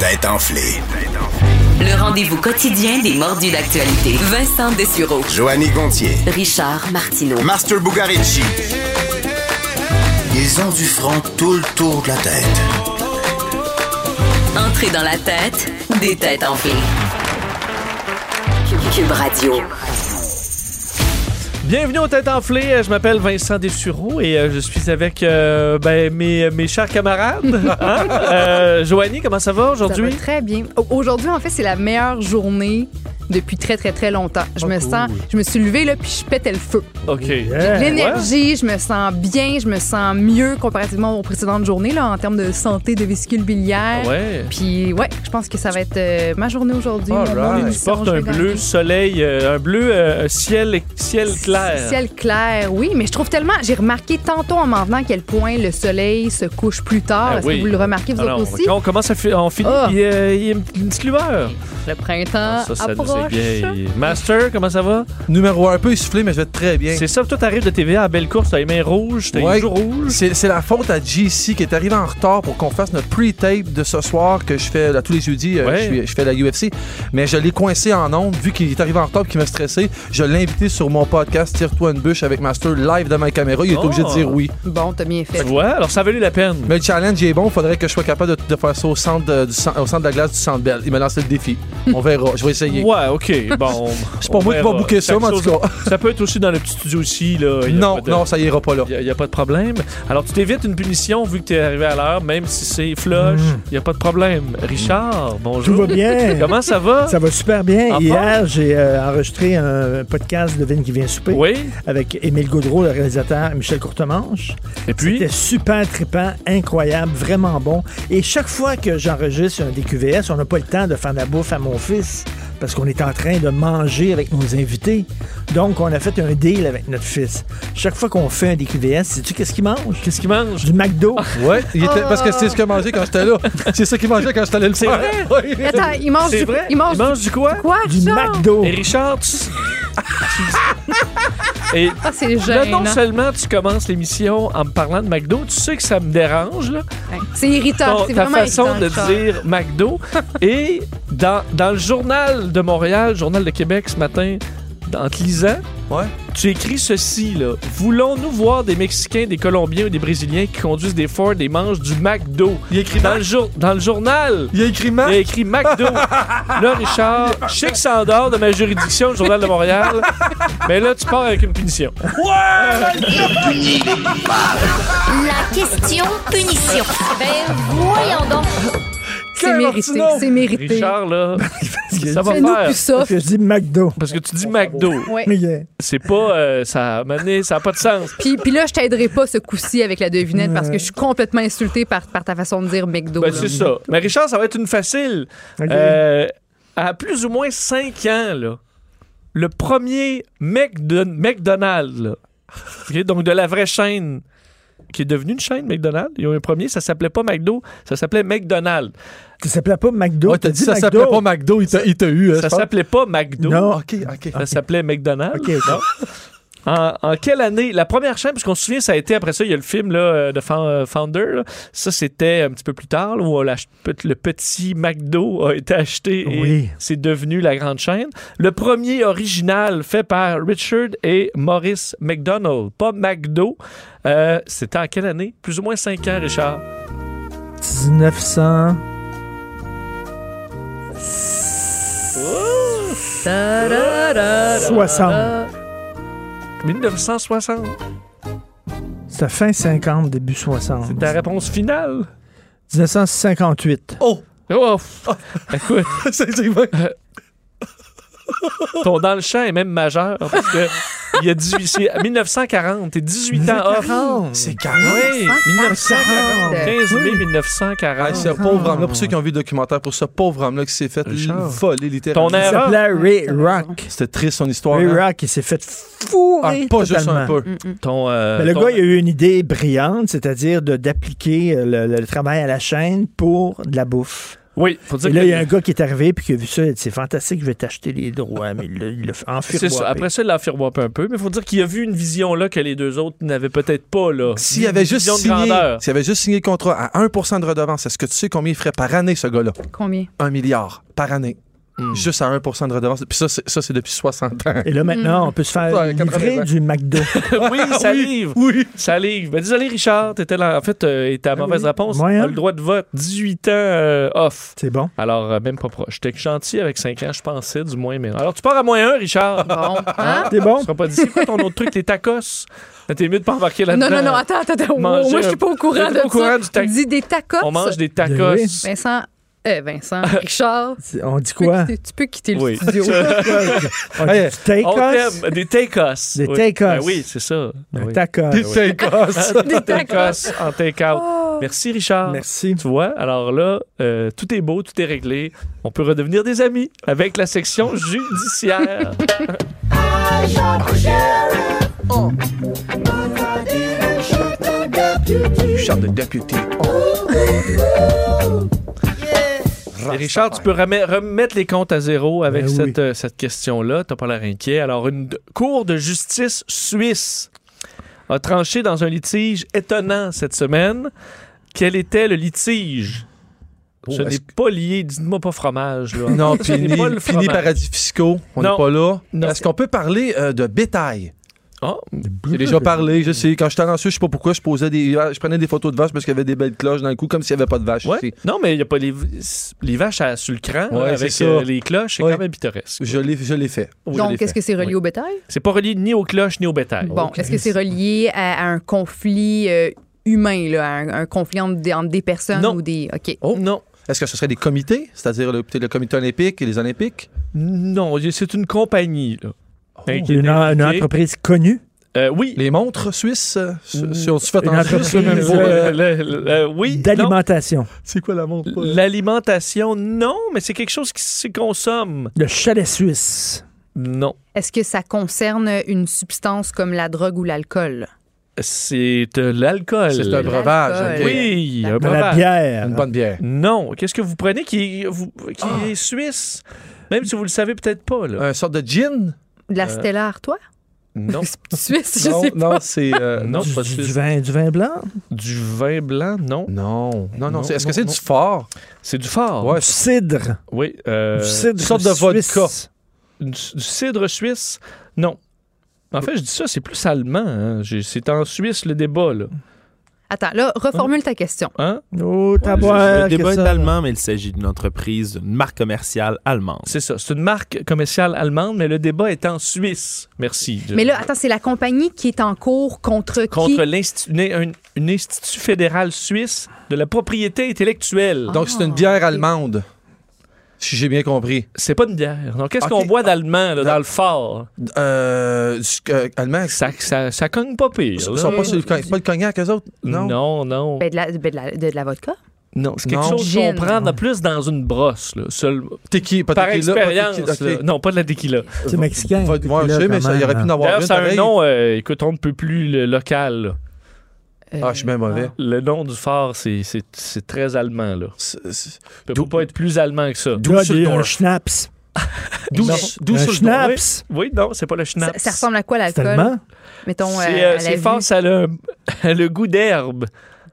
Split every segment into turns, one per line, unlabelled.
tête enflée.
Le rendez-vous quotidien des mordus d'actualité. Vincent Dessureau.
Joanny Gontier.
Richard Martineau.
Master Bugarici. Ils ont du front tout le tour de la tête.
Entrée dans la tête des têtes enflées. Cube Radio.
Bienvenue aux Têtes Enflées, Euh, je m'appelle Vincent Dessureau et euh, je suis avec euh, ben, mes, mes chers camarades. Hein? Euh, Joanie, comment ça va
Ça va
aujourd'hui?
très bien. Au- Aujourd'hui, en fait, c'est la meilleure journée depuis très, très, très longtemps.
Oh,
Je me sens, je me suis levée, là, puis je pétais le feu.
OK.
J'ai de L'énergie, je me sens bien, je me sens mieux comparativement aux précédentes journées, là, en termes de santé de vésicule biliaire.
Ah Ouais.
Puis, ouais, je pense que ça va être euh, ma journée aujourd'hui. mon
All right.
mon
Tu
émission,
portes
je
un
vais gagner.
bleu soleil, euh, un bleu euh, ciel, ciel clair.
Ciel clair, oui, mais je trouve tellement. J'ai remarqué tantôt en m'en venant à quel point le soleil se couche plus tard.
Ben
Est-ce
oui.
que vous le remarquez, vous
Ah non,
autres aussi?
On commence à fi- on finit,
Ah.
il y a il y a une une petite lueur.
Le printemps
Ah, ça, ça nous
approche.
égaye. Master, comment ça va?
Numéro un peu essoufflé, mais je vais être très bien.
C'est ça, toi t'arrives de TVA à Belle Course, t'as les mains rouges, t'as
Ouais.
les joues rouges.
C'est c'est la faute à JC qui est arrivé en retard pour qu'on fasse notre pre-tape de ce soir que je fais là, tous les jeudis. euh,
Ouais.
je, suis- je fais la UFC. Mais je l'ai coincé en ondes vu qu'il est arrivé en retard et qu'il m'a stressé. Je l'ai invité sur mon podcast Tire-toi une bûche avec Master live de ma caméra. Il est
Oh.
obligé de dire oui.
Bon, t'as bien
Tu
fait.
vois, alors ça a valu la peine.
Mais le challenge il est bon. faudrait que je sois capable de, de faire ça au centre de, du cen- au centre de la glace du centre Bell. Il m'a lancé le défi. On verra. Je vais essayer.
Ouais, ok. Bon.
C'est pas moi qui vais booker ça, mais en tout cas.
Ça peut être aussi dans le petit studio aussi, là. Y a
Non,
pas de-
non, ça ira pas là.
Il n'y a, pas de problème. Alors, tu t'évites une punition vu que tu es arrivé à l'heure, même si c'est flush, il n'y a pas de problème. Richard,
Tout va
bonjour.
bien.
Comment ça va?
Ça va super bien.
En
Hier, j'ai euh, enregistré un podcast de Vin qui vient souper
Oui.
avec Émile Gaudreau, le réalisateur, et Michel Courtemanche.
Et puis,
C'était super trippant, incroyable, vraiment bon. Et chaque fois que j'enregistre un DQVS, on n'a pas le temps de faire de la bouffe à mon fils parce qu'on est en train de manger avec nos invités. Donc, on a fait un deal avec notre fils. Chaque fois qu'on fait un DQVS, sais-tu qu'est-ce qu'il mange?
qu'est-ce qu'il mange?
Du McDo.
Ouais, il était- parce que c'est ce que mangeait quand j'étais là. C'est ça qu'il mangeait quand j'étais allé le
C'est
faire.
vrai?
Oui.
Attends, il mange
C'est
du,
vrai?
il mange du
du quoi?
quoi, Ah,
Du
Richard?
McDo.
Et Richard, tu- Et
Ah, c'est
là, non
gênant.
seulement tu commences l'émission en me parlant de McDo, tu sais que ça me dérange, là.
Ouais. C'est irritant.
Ton-
Ah, C'est
ta
vraiment
façon
irritant,
de
Richard.
dire McDo. Et dans, dans le journal de Montréal, journal de Québec ce matin, en te lisant,
Ouais.
tu écris ceci, là. Voulons-nous voir des Mexicains, des Colombiens ou des Brésiliens qui conduisent des Ford et mangent du McDo?
Il a écrit
Dans
Mac.
le, jour, dans le journal,
Il a écrit Mac.
il y a écrit McDo. là, Richard, je sais que ça endort de ma juridiction, le journal de Montréal, mais là, tu pars avec une punition.
La question punition. Ben voyons donc.
C'est mérité.
Martineau.
C'est mérité.
Richard, là, ça va
Fais-nous
faire.
plus ça.
Parce que je dis McDo.
Parce que tu dis McDo.
Ouais.
Mais, euh,
C'est pas. euh, ça a mené, ça n'a pas de sens.
Puis, puis là, je t'aiderai pas ce coup-ci avec la devinette parce que je suis complètement insultée par, par ta façon de dire McDo.
Ben,
là.
c'est ça. Mais Richard, ça va être une facile.
ok.
Euh, à plus ou moins 5 ans, là, le premier McDo- McDonald's, là, ok, donc de la vraie chaîne, qui est devenue une chaîne McDonald's, il y a eu un premier, ça s'appelait pas McDo, ça s'appelait McDonald's.
Ça s'appelait pas McDo.
Ouais, t'as dit ça s'appelait pas McDo, il t'a, il t'a eu. hein,
Ça
je pense.
s'appelait pas McDo,
Non.
Ok, ok.
ça s'appelait McDonald's.
OK, OK.
En, en quelle année? La première chaîne, parce qu'on se souvient, ça a été après ça, il y a le film là, euh, de Fa- euh, Founder. là. Ça, c'était un petit peu plus tard, là, où la ch- pe- le petit McDo a été acheté et
Oui.
c'est devenu la grande chaîne. Le premier original fait par Richard et Maurice McDonald, pas McDo. Euh, c'était en quelle année? Plus ou moins 5 ans, Richard.
1900.
Ta-ra-ra-ra.
60.
1960.
C'était fin 50, début 60.
C'est ta réponse finale?
1958.
Oh!
Oh! Écoute, Euh,
c'est, c'est vrai.
ton dans le champ est même majeur parce que il y a 18, c'est 1940 et 18 ans off.
C'est
Oui, 1940. 15 mai
Ah,
Hey,
1940.
ce Ah, pauvre homme-là, pour ceux qui ont vu le documentaire, pour ce pauvre homme-là qui s'est fait
Richard.
voler
Ton
littéralement.
Il
erreur.
s'appelait Ray Rock.
C'était triste son histoire.
Ray
hein?
Rock, il s'est fait
Ah,
fourrer.
pas juste un
totalement.
peu.
Ton, euh,
Mais le
ton-
gars, il a eu une idée brillante, c'est-à-dire de- d'appliquer euh, le, le travail à la chaîne pour de la bouffe.
Oui, faut dire
Et là,
que-
il y a un gars qui est arrivé puis qui a vu ça. il a dit, C'est fantastique, je vais t'acheter les droits. Mais il l'a- il l'a
C'est
fait
ça.
enfirmoir.
Après ça, il l'a firmwapé un peu, mais il faut dire qu'il a vu une vision là que les deux autres n'avaient peut-être pas. là.
S'il
Une
avait, juste
vision de
signé-
grandeur.
s'il avait juste signé le contrat à 1 de redevance, est-ce que tu sais combien il ferait par année, ce gars-là?
Combien?
Un milliard par année.
Mm.
Juste à 1 de redevance. Puis ça, c'est, ça, c'est depuis 60 ans.
Et là, maintenant, on peut se faire
Ouais,
livrer
80.
du McDo.
oui, ça arrive. Ça arrive. Ben, désolé, Richard, t'étais là. En fait, euh, ta mauvaise
Ah, oui.
réponse.
Moyen.
T'as le droit de vote. 18 ans euh, off.
C'est bon.
Alors, euh, même pas proche. J'étais gentil avec 5 ans, je pensais, du moins. Mais... Alors, tu pars à moins 1, Richard.
Bon. Hein?
C'est bon.
Tu seras pas dit, c'est quoi ton autre truc, les tacos? Ben, T'es mieux de pas embarquer là-dedans.
Non, non, non, attends, attends, attends.
Manger
Moi, je
un-
suis pas au
T'es
courant de
pas
ça.
au courant du tac-
Tu dis des tacos.
On mange des tacos.
Ben Oui.
Vincent, euh, Vincent, Richard, tu
C'est- On dit
peux,
quoi?
quitter, tu peux quitter le
Oui.
studio.
On dit hein? take
On
us,
t'aime. Des tacos.
Des
Oui.
tacos.
Ben oui, c'est ça. Ben oui.
tacos.
Des tacos en take-out.
Oh.
Merci, Richard.
Merci.
Tu vois, alors là, euh, tout est beau, tout est réglé. On peut redevenir des amis avec la section judiciaire.
Richard de député.
Et Richard, tu peux remet- remettre les comptes à zéro avec
Ben oui.
cette, euh, cette question-là. T'as pas l'air inquiet. Alors, une d- cour de justice suisse a tranché dans un litige étonnant cette semaine. Quel était le litige? Ce
Oh, est-ce
n'est pas lié, dites-moi pas fromage. Là.
Non,
Ce
puis
n'est
ni,
pas le
puis ni
fromage.
paradis fiscaux. On n'est
Non.
pas là.
Non.
Est-ce qu'on peut parler euh, de bétail?
Ah,
J'ai déjà parlé, je sais. Quand j'étais en Suisse, je sais pas pourquoi, je posais des, ah, je prenais des photos de vaches parce qu'il y avait des belles cloches dans le cou, comme s'il n'y avait pas de vaches.
ouais.
ici.
Non, mais il n'y a pas les, les vaches à, sur le cran
Ouais,
là,
c'est
avec
ça.
euh, les cloches. C'est
Ouais.
quand même pittoresque.
Je l'ai, je l'ai fait.
Oui, je l'ai
Donc,
fait.
est-ce que c'est relié
Oui.
au bétail?
C'est pas relié ni aux cloches ni aux bétail.
Bon, est-ce que c'est relié à, à un conflit euh, humain, là, à un, un conflit entre des, entre des personnes
Non.
ou des. OK.
Oh. Non. Est-ce que ce serait des comités, c'est-à-dire le, peut-être le comité olympique et les olympiques?
Non, y- c'est une compagnie. Là. Hein, qui est
Une, une
impliquée.
entreprise connue.
Euh, oui.
Les montres suisses, euh, si- si on se fait
Une
en Suisse, même
entreprise,
pas,
euh,
euh,
Le- le- le- oui. non.
D'alimentation.
C'est quoi la montre? euh?
L'alimentation, non, mais c'est quelque chose qui se consomme.
Le chalet suisse.
Non.
Est-ce que ça concerne une substance comme la drogue ou l'alcool?
C'est de l'alcool.
C'est un breuvage.
L'alcool.
ok.
Oui, un
Dans la
breuvage.
bière.
Une bonne bière.
Non. Qu'est-ce que vous prenez qui, est- vous- qui
Ah.
est suisse? Même si vous le savez peut-être pas, là.
Un sorte de gin?
De la Stella Artois?
Euh, Non.
Suisse, je
non,
sais
non, c'est. euh,
Non,
Du,
pas
du-
suisse.
du vin, du vin blanc.
Du vin blanc, non.
Non, non, non.
Non,
c'est- Est-ce
non,
que c'est
non.
du fort?
C'est du fort.
Ouais,
Du cidre.
Oui. euh,
du cidre.
une sorte de
suisse.
vodka.
du, du cidre suisse, non. En fait, je dis ça, c'est plus allemand. hein. J'ai- C'est en Suisse le débat, là.
Attends, là, reformule ta question.
Hein?
Oh,
Le
taboire. que
débat est
ça.
allemand, mais il s'agit d'une entreprise, d'une marque commerciale allemande.
C'est ça. C'est une marque commerciale allemande, mais le débat est en Suisse. Merci.
Mais là, attends, c'est la compagnie qui est en cours contre,
Contre
qui?
l'institut, une, un- un institut fédéral suisse de la propriété
Ah.
intellectuelle. Donc,
Ah. Donc, c'est une bière allemande. Si j'ai bien compris.
c'est pas une bière. Donc, qu'est-ce
Ok.
qu'on boit d'allemand, là, dans le fort?
Euh, du- euh, allemand,
Ça, ça, ça cogne pas pire.
Ils
là.
sont pas sur le, cognac- pas le cognac, eux autres? Non.
non, non.
Ben, de, la, ben, de, la, de la vodka?
Non, c'est quelque
Non.
chose qu'on
Gin.
prend de plus dans une brosse, là. Seul-
Tequila, pas
par
tequila,
expérience.
pas tequila,
là.
ok.
Non, pas de la tequila.
C'est mexicain.
Va-
Puis
ouais, je
là,
sais, mais
quand
ça, il y aurait
même,
pu en avoir
D'ailleurs,
une
ça a un
pareille.
nom, euh, écoute, on ne peut plus le local. là.
Euh,
Ah, je suis bien mauvais.
Le nom du phare, c'est- c'est c'est très allemand. Là.
C'est- c'est-
ne peut
D'où-
pas être plus allemand que ça.
Là, des-
Dusseldorf.
un schnapps.
D'où
Non.
d'où
Un
sur le
Oui,
schnapps.
oui, non, c'est pas le
Ça,
schnapps.
ça ressemble à quoi
C'est
l'alcool?
allemand.
Mettons, euh,
C'est euh,
à
c'est
la
fort,
vue
ça a le, le goût d'herbe.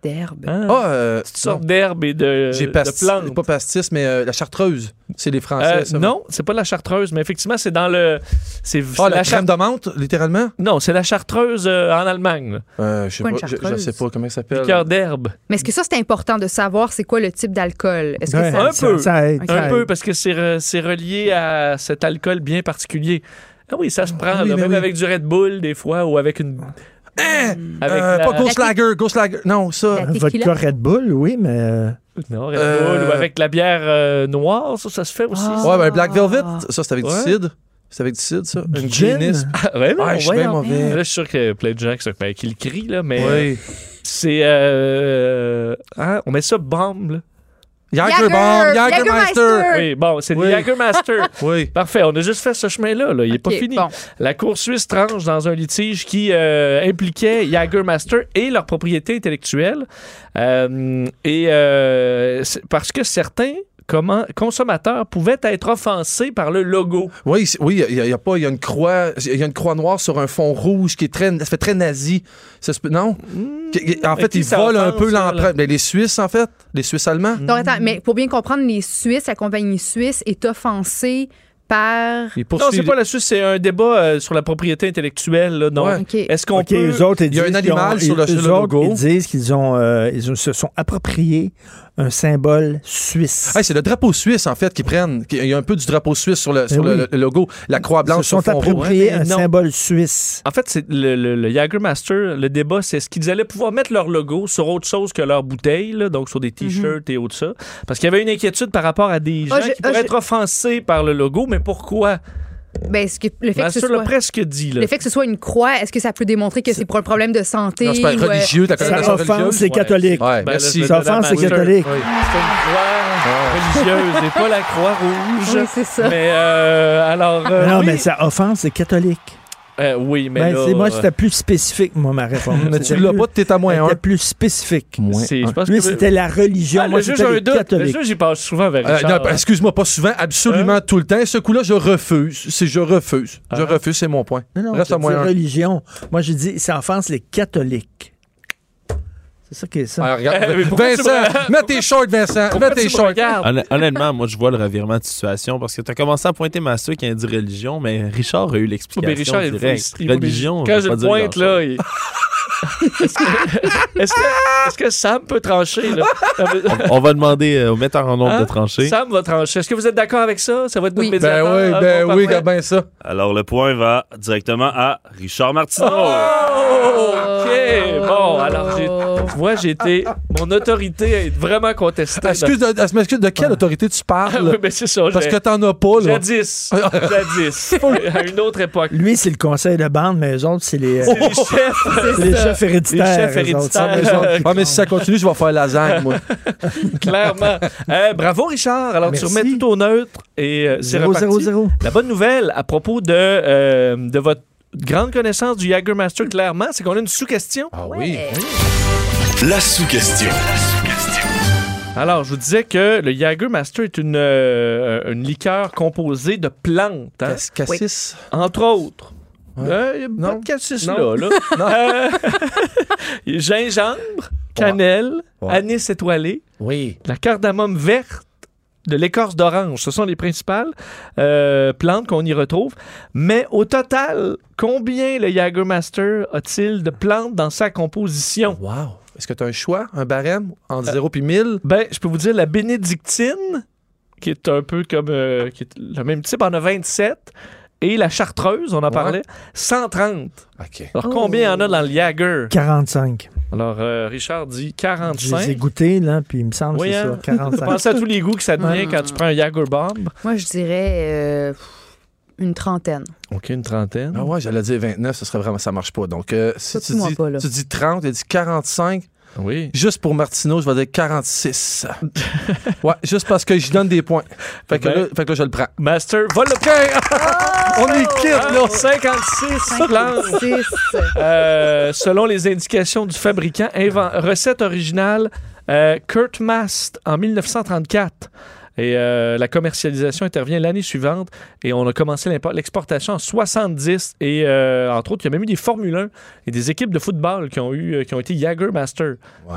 d'herbe.
Hein?
Ah, euh,
Toutes sortes d'herbes et de,
j'ai
de
pastis,
plantes.
pas pastis, mais euh, la chartreuse. C'est les Français,
Euh,
ça,
non, c'est pas la chartreuse, mais effectivement, c'est dans le. C'est
Ah,
c'est
la,
char-
crème de menthe, littéralement?
Non, c'est la chartreuse euh, en Allemagne. là.
Euh, je sais
Quoi,
pas,
une
je- je
chartreuse?
sais pas comment ça s'appelle.
Liqueur d'herbe.
Mais est-ce que ça, c'est important de savoir c'est quoi le type d'alcool? Est-ce que
Ouais,
ça...
Un peu.
ça aide,
Un
ça
Un
aide.
peu, parce que c'est re- c'est relié à cet alcool bien particulier. Ah oui, ça se prend,
oui,
là,
ben
même
oui.
avec du Red Bull, des fois, ou avec une. avec
Euh,
la-
Pas Ghost Lager, Ghost Lager. Non, ça.
La-
Un Vodka
Tequila.
Red Bull, oui, mais euh,
Non, Red
Euh,
Bull, ou avec la bière euh, noire, ça, ça se fait aussi.
Ah.
Ouais, ben, Black Velvet, ça, c'est avec
Ouais.
du cidre. C'est avec du cidre, ça. Une
gin.
Guinness.
Ah, vraiment?
Ah, je suis bien
Voyons.
mauvais.
Là, je suis sûr qu'il y a plein de gens qui, se- ben, qui le crient, là, mais euh,
Oui.
c'est. euh, hein, on met ça bombe, là.
Jagerbomb, Jagermeister.
Oui, bon, c'est
Oui.
des Jagermaster.
Oui.
Parfait, on a juste fait ce chemin-là, là. il n'est pas
Ok,
fini.
bon.
La Cour suisse tranche dans un litige qui euh, impliquait Jagermaster et leur propriété intellectuelle. Euh, et euh, c'est- parce que certains comment consommateurs pouvaient être offensés par le logo.
Oui, c'est- oui, il y, a- il y a pas, il y a une croix, il y a une croix noire sur un fond rouge qui est très, ça fait très nazi. Ça se peut- non. Qui- qui- en
à
fait,
qui
ils
ça
volent un
offense,
peu
ça, là?
l'empreinte. Ben, les Suisses, en fait, les Suisses allemands.
Donc, attends, mais pour bien comprendre, les Suisses, la compagnie suisse est offensée par.
Ils
Non,
poursuivent-
c'est pas là-dessus, c'est un débat euh, sur la propriété intellectuelle. là, donc,
Ouais.
OK.
est-ce qu'on
OK,
peut...
eux autres, ils
Il y a
disent
un
qu'ils ont-
animal sur le-
ils-
sur
eux
le
autres,
logo.
Ils disent qu'ils ont, euh, ils se sont appropriés un symbole suisse.
Hey, c'est le drapeau suisse, en fait, qu'ils prennent. Qui- Il y a un peu du drapeau suisse sur le, sur
Ben
le-
oui.
le logo. La croix
Ils se
blanche sur
sont
fond rouge.
appropriés
ouais,
un
mais non.
symbole suisse.
En fait, c'est le, le, le Jagermaster, le débat, c'est est-ce qu'ils allaient pouvoir mettre leur logo sur autre chose que leur bouteille, là, donc sur des t-shirts et autres ça. Parce qu'il y avait une inquiétude par rapport à des gens
Ah, j'ai-
qui pourraient
ah, j'ai-
être offensés par le logo, mais pourquoi?
Ben, ce que- le, fait que ce
Master
soit,
l'a presque dit. Là.
le fait que ce soit une croix, est-ce que ça peut démontrer que c'est pour un problème de santé?
Non, c'est pas
ou, euh,
religieux, ta
Ça
connotation
offense
religieuse.
les catholiques.
Ouais,
Ben,
merci.
là,
Ça
le- le
offense les
Master,
catholiques.
oui. C'est une croix religieuse et pas la croix rouge.
Oui, c'est ça.
Mais euh, alors. euh,
non,
oui.
mais ça offense les catholiques.
Euh, oui, mais.
Ben,
là,
c'est moi,
euh,
c'était plus spécifique, moi, ma réponse.
Mais tu l'as pas, t'es à moins
C'était
un.
plus spécifique.
c'est- je pense
Lui,
que-
c'était la religion.
Ah,
moi,
le juge a
c'était
un
les
doute. Le
catholiques.
juge, il passe souvent vers
Euh,
Richard.
non, excuse-moi, pas souvent, absolument tout le temps. Ce coup-là, je refuse. C'est je refuse. Je
Ah.
refuse, c'est mon point.
Non, non,
Reste
j'ai
à moins
dit
un.
religion. Moi, j'ai dit, ça offense les catholiques. C'est ça qui est ça.
Ah, regarde.
Eh, mais pourquoi tu
Vincent, mets tes shorts, Vincent. Mets
Pourquoi tu
tes
me
shorts.
regardes?
Honn- Honnêtement, moi, je vois le revirement de situation parce que tu as commencé à pointer Master qui a dit religion, mais Richard a
Oh,
eu
ben,
l'explication
Richard, il-
directe.
il- il-
religion,
Quand
veut
je
pas
le
dire
pointe,
grand-chose.
là. il- Est-ce que, est-ce que- est-ce que Sam peut trancher, là? Non, mais-
On va demander euh, au metteur en nombre
Hein?
de trancher.
Sam va trancher. Est-ce que vous êtes d'accord avec ça? Ça va être notre
Oui.
Ben
médiateur?
oui,
Ah,
ben
bon,
oui,
parfait.
regarde bien ça.
Alors, le point va directement à Richard Martineau.
Oh, OK. Bon, alors, j'ai-
Oh.
tu vois, j'ai été. Mon autorité est vraiment contestée.
Excuse de, de- m'excuse, de quelle autorité tu
Ah, oui,
parles?
mais c'est ça.
Ah, Parce
j'ai-
que t'en as pas, là.
Jadis. Jadis. à une autre époque.
Lui, c'est le conseil de bande, mais eux autres, c'est les,
Oh.
C'est les chefs.
c'est les chefs héréditaires.
Les chefs
eux autres. Ça,
héréditaires.
eux autres,
Ah, mais si ça continue, je vais faire lasagne, moi.
Clairement. Euh, bravo, Richard. Alors,
Merci.
tu remets tout au neutre et euh, c'est
Zéro,
reparti.
zéro, zéro.
La bonne nouvelle à propos de, euh, de votre grande connaissance du Jagermaster, clairement, c'est qu'on a une sous-question.
Ah oui.
La sous-question.
Alors, je vous disais que le Jagermaster est une, euh, une liqueur composée de plantes, hein,
Cas- Cassis.
entre autres.
Ouais.
Euh, y a pas
Non.
de cassis
Non.
là. là. Euh, gingembre, cannelle,
Ouais.
anis étoilé,
Oui.
de la cardamome verte, de l'écorce d'orange. Ce sont les principales euh, plantes qu'on y retrouve. Mais au total, combien le Jagermaster a-t-il de plantes dans sa composition?
Wow. Est-ce que t'as un choix, un barème, entre 0 puis 1000?
Ben, je peux vous dire la bénédictine, qui est un peu comme... euh, qui est le même type, en a 27. Et la chartreuse, on en parlait, 130.
OK.
Alors, combien il y en a dans le Jager?
45.
Alors, euh, Richard dit
Je les ai
45.
goûtés, là, puis il me semble que
Oui,
c'est
hein?
ça, 45.
Pensez à tous les goûts que ça devient quand tu prends un Jager Bomb.
Moi, je dirais euh, une trentaine.
OK, une trentaine.
Ah ouais, j'allais dire 29, ce serait vraiment, ça marche pas. Donc, euh, si tu
Surtout moi
dis,
pas, là.
tu dis 30, il dit 45.
Oui.
Juste pour Martineau, je vais dire 46. ouais, juste parce que je donne des points. Fait que,
Ben-
là, fait que là, je le prends.
Master va le Ah, prendre. On est quitte, là. 56 plantes.
Six.
Euh, selon les indications du fabricant, invent- recette originale euh, Kurt Mast en 1934. Et euh, la commercialisation intervient l'année suivante et on a commencé l'import- l'exportation en 70 et euh, entre autres, il y a même eu des Formule 1 et des équipes de football qui ont eu euh, qui ont été Jagermaster.
Ouais.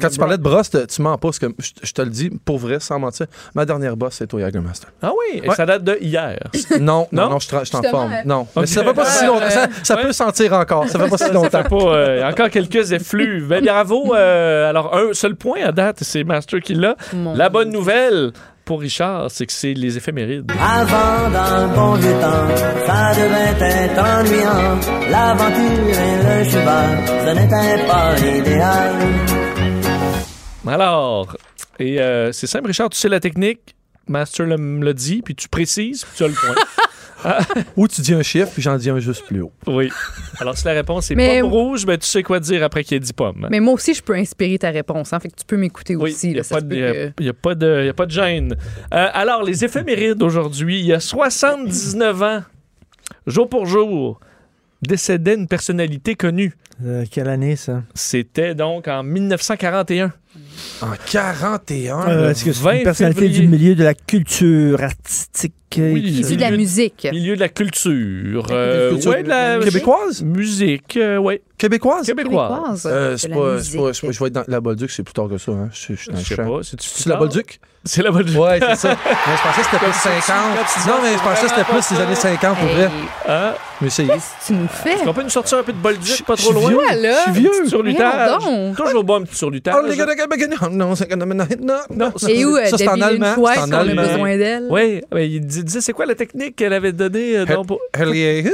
Quand tu parlais de brosse, te- tu mens pas, parce que je je te le dis, pour vrai, sans mentir, ma dernière brosse, c'est au Jagermaster.
Ah oui, et
Ouais.
ça date de hier.
Non, non,
Non?
non, je tra- je t'en
Justement,
forme.
elle-
Non. Mais
Ok.
ça fait pas si longtemps. Ça, ça peut sentir encore. Ça fait pas si
Ça
longtemps.
fait pas, euh, encore quelques effluves. Mais bravo. euh, alors, un seul point à date, c'est Master qui l'a.
Mon
La bonne nouvelle pour Richard, c'est que c'est les éphémérides.
Avant dans le bon vieux temps, ça devait être ennuyant. L'aventure et le cheval, ce n'était pas l'idéal.
Alors, et euh, c'est simple, Richard, tu sais la technique. Master le- me l'a dit, puis tu précises, puis tu as le point.
Ou tu dis un chiffre, puis j'en dis un juste plus haut.
oui. Alors, si la réponse est
Mais-
pomme rouge, ben, tu sais quoi dire après qu'il ait dit pomme.
Mais moi aussi, je peux inspirer ta réponse. Hein, fait que tu peux m'écouter
Oui, il
aussi.
n'y
là,
a,
ça
pas
se
de-
peut
y a-
que-
y a pas de y a pas de gêne. Euh, alors, les éphémérides aujourd'hui, il y a 79 ans, jour pour jour, décédait une personnalité connue.
Euh, quelle année, ça?
C'était donc en 1941.
En 41.
Euh,
le
Est-ce que c'est
20
une personnalité
Ah, février.
du milieu de la culture artistique? euh,
Oui,
qui-
il
Issu de la
Milieu-
musique.
Milieu de la culture. euh,
culture
ouais, de la
Québécoise?
musique. euh, ouais,
Québécoise?
québécoise.
Euh, c'est
de la
pas,
musique.
c'est pas, je je vais être dans la Bolduc, c'est plus tard que ça. Hein. Je, je suis dans
Je
le
sais
champ.
pas. C'est-tu plus
C'est la
tard?
Bolduc?
C'est la Bolduc.
Ouais, c'est ça. mais je pensais que c'était plus 50. Non, mais je pensais que c'était plus les années 50 pour vrai.
Hey,
Hein?
Mais c'est.
Qu'est-ce que tu nous fais?
Est-ce qu'on peut nous sortir un peu de Bolduc, pas trop loin?
Voilà.
Je suis vieux.
Sur lutage.
Voyons donc.
Toujours bon, un petit sur lutage.
Oh, les gars, les gars, les gars, Non, c'est non, non, non. ça,
Et où, euh,
ça, c'est en
Debbie
allemand.
Lynch-White,
C'est en
qu'on a
allemand.
besoin d'elle?
Oui, mais il dis- disait c'est quoi la technique qu'elle avait donnée euh,
Hel-
donc, pour-
Hell yeah.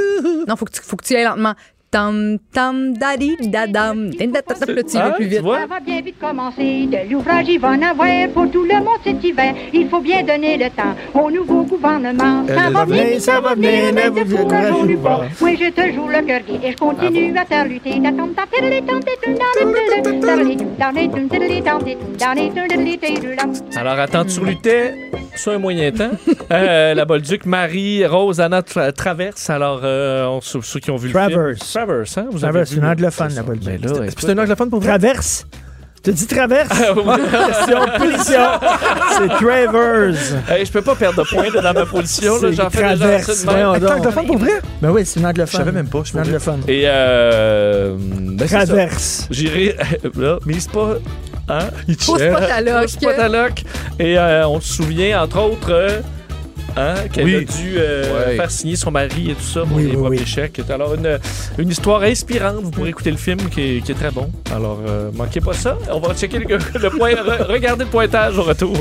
Non, faut que tu, faut que tu y ailles lentement. Tam, tam, dadi, dadam. Din, da, da, da. Là, tu y vas
Ah,
plus vite.
tu vois?
Ça va bien vite commencer, de l'ouvrage il va en avoir pour tout le monde cet hiver. Il faut bien donner le temps au nouveau gouvernement.
Elle
Ça
est
va
venue,
bien, vite, ça va bien, mais vous êtes toujours du bord. Moi j'ai toujours le cœur gai et je continue à faire lutter. D'attendre ta tête, les temps, des tout, dans les deux, dans les tout, dans les tout, dans les temps, des tout, dans les tout, dans les tout, dans-
Alors, attends, tu lutais sur un moyen temps. Euh, la Bolduc, Marie, Rose, Anna tra- traverse. Alors, euh, on- ceux ceux qui ont vu le film.
Traverse.
Traverse, hein? Vous avez
Traverse,
vu
c'est une
le-
anglophone, la Bolduc.
Mais là, écoute,
C'est un anglophone pour vrai?
Traverse. Tu dis traverse?
Ah,
Question, position. C'est Travers.
Hey, je peux pas perdre de points là, dans ma position. là.
C'est
J'en fais déjà
traverse,
assez de même.
voyons
C'est
donc.
un anglophone pour vrai?
Ben oui, c'est une anglophone.
Je savais même pas, je
C'est une
savais
anglophone.
Et euh, ben, c'est ça.
Traverse.
J'irai. Là, mise pas. Hein?
Pose pas ta loque.
Pose pas ta loque. Et euh, on se souvient, entre autres, euh, hein, qu'elle
Oui.
a dû euh,
Ouais.
faire signer son mari et tout ça pour
Oui,
les
oui,
premiers
oui.
chèques. Alors, une, une histoire inspirante. Vous pourrez écouter le film qui est, qui est très bon. Alors, euh, manquez pas ça. On va checker le, le point, re- regarder le pointage au retour.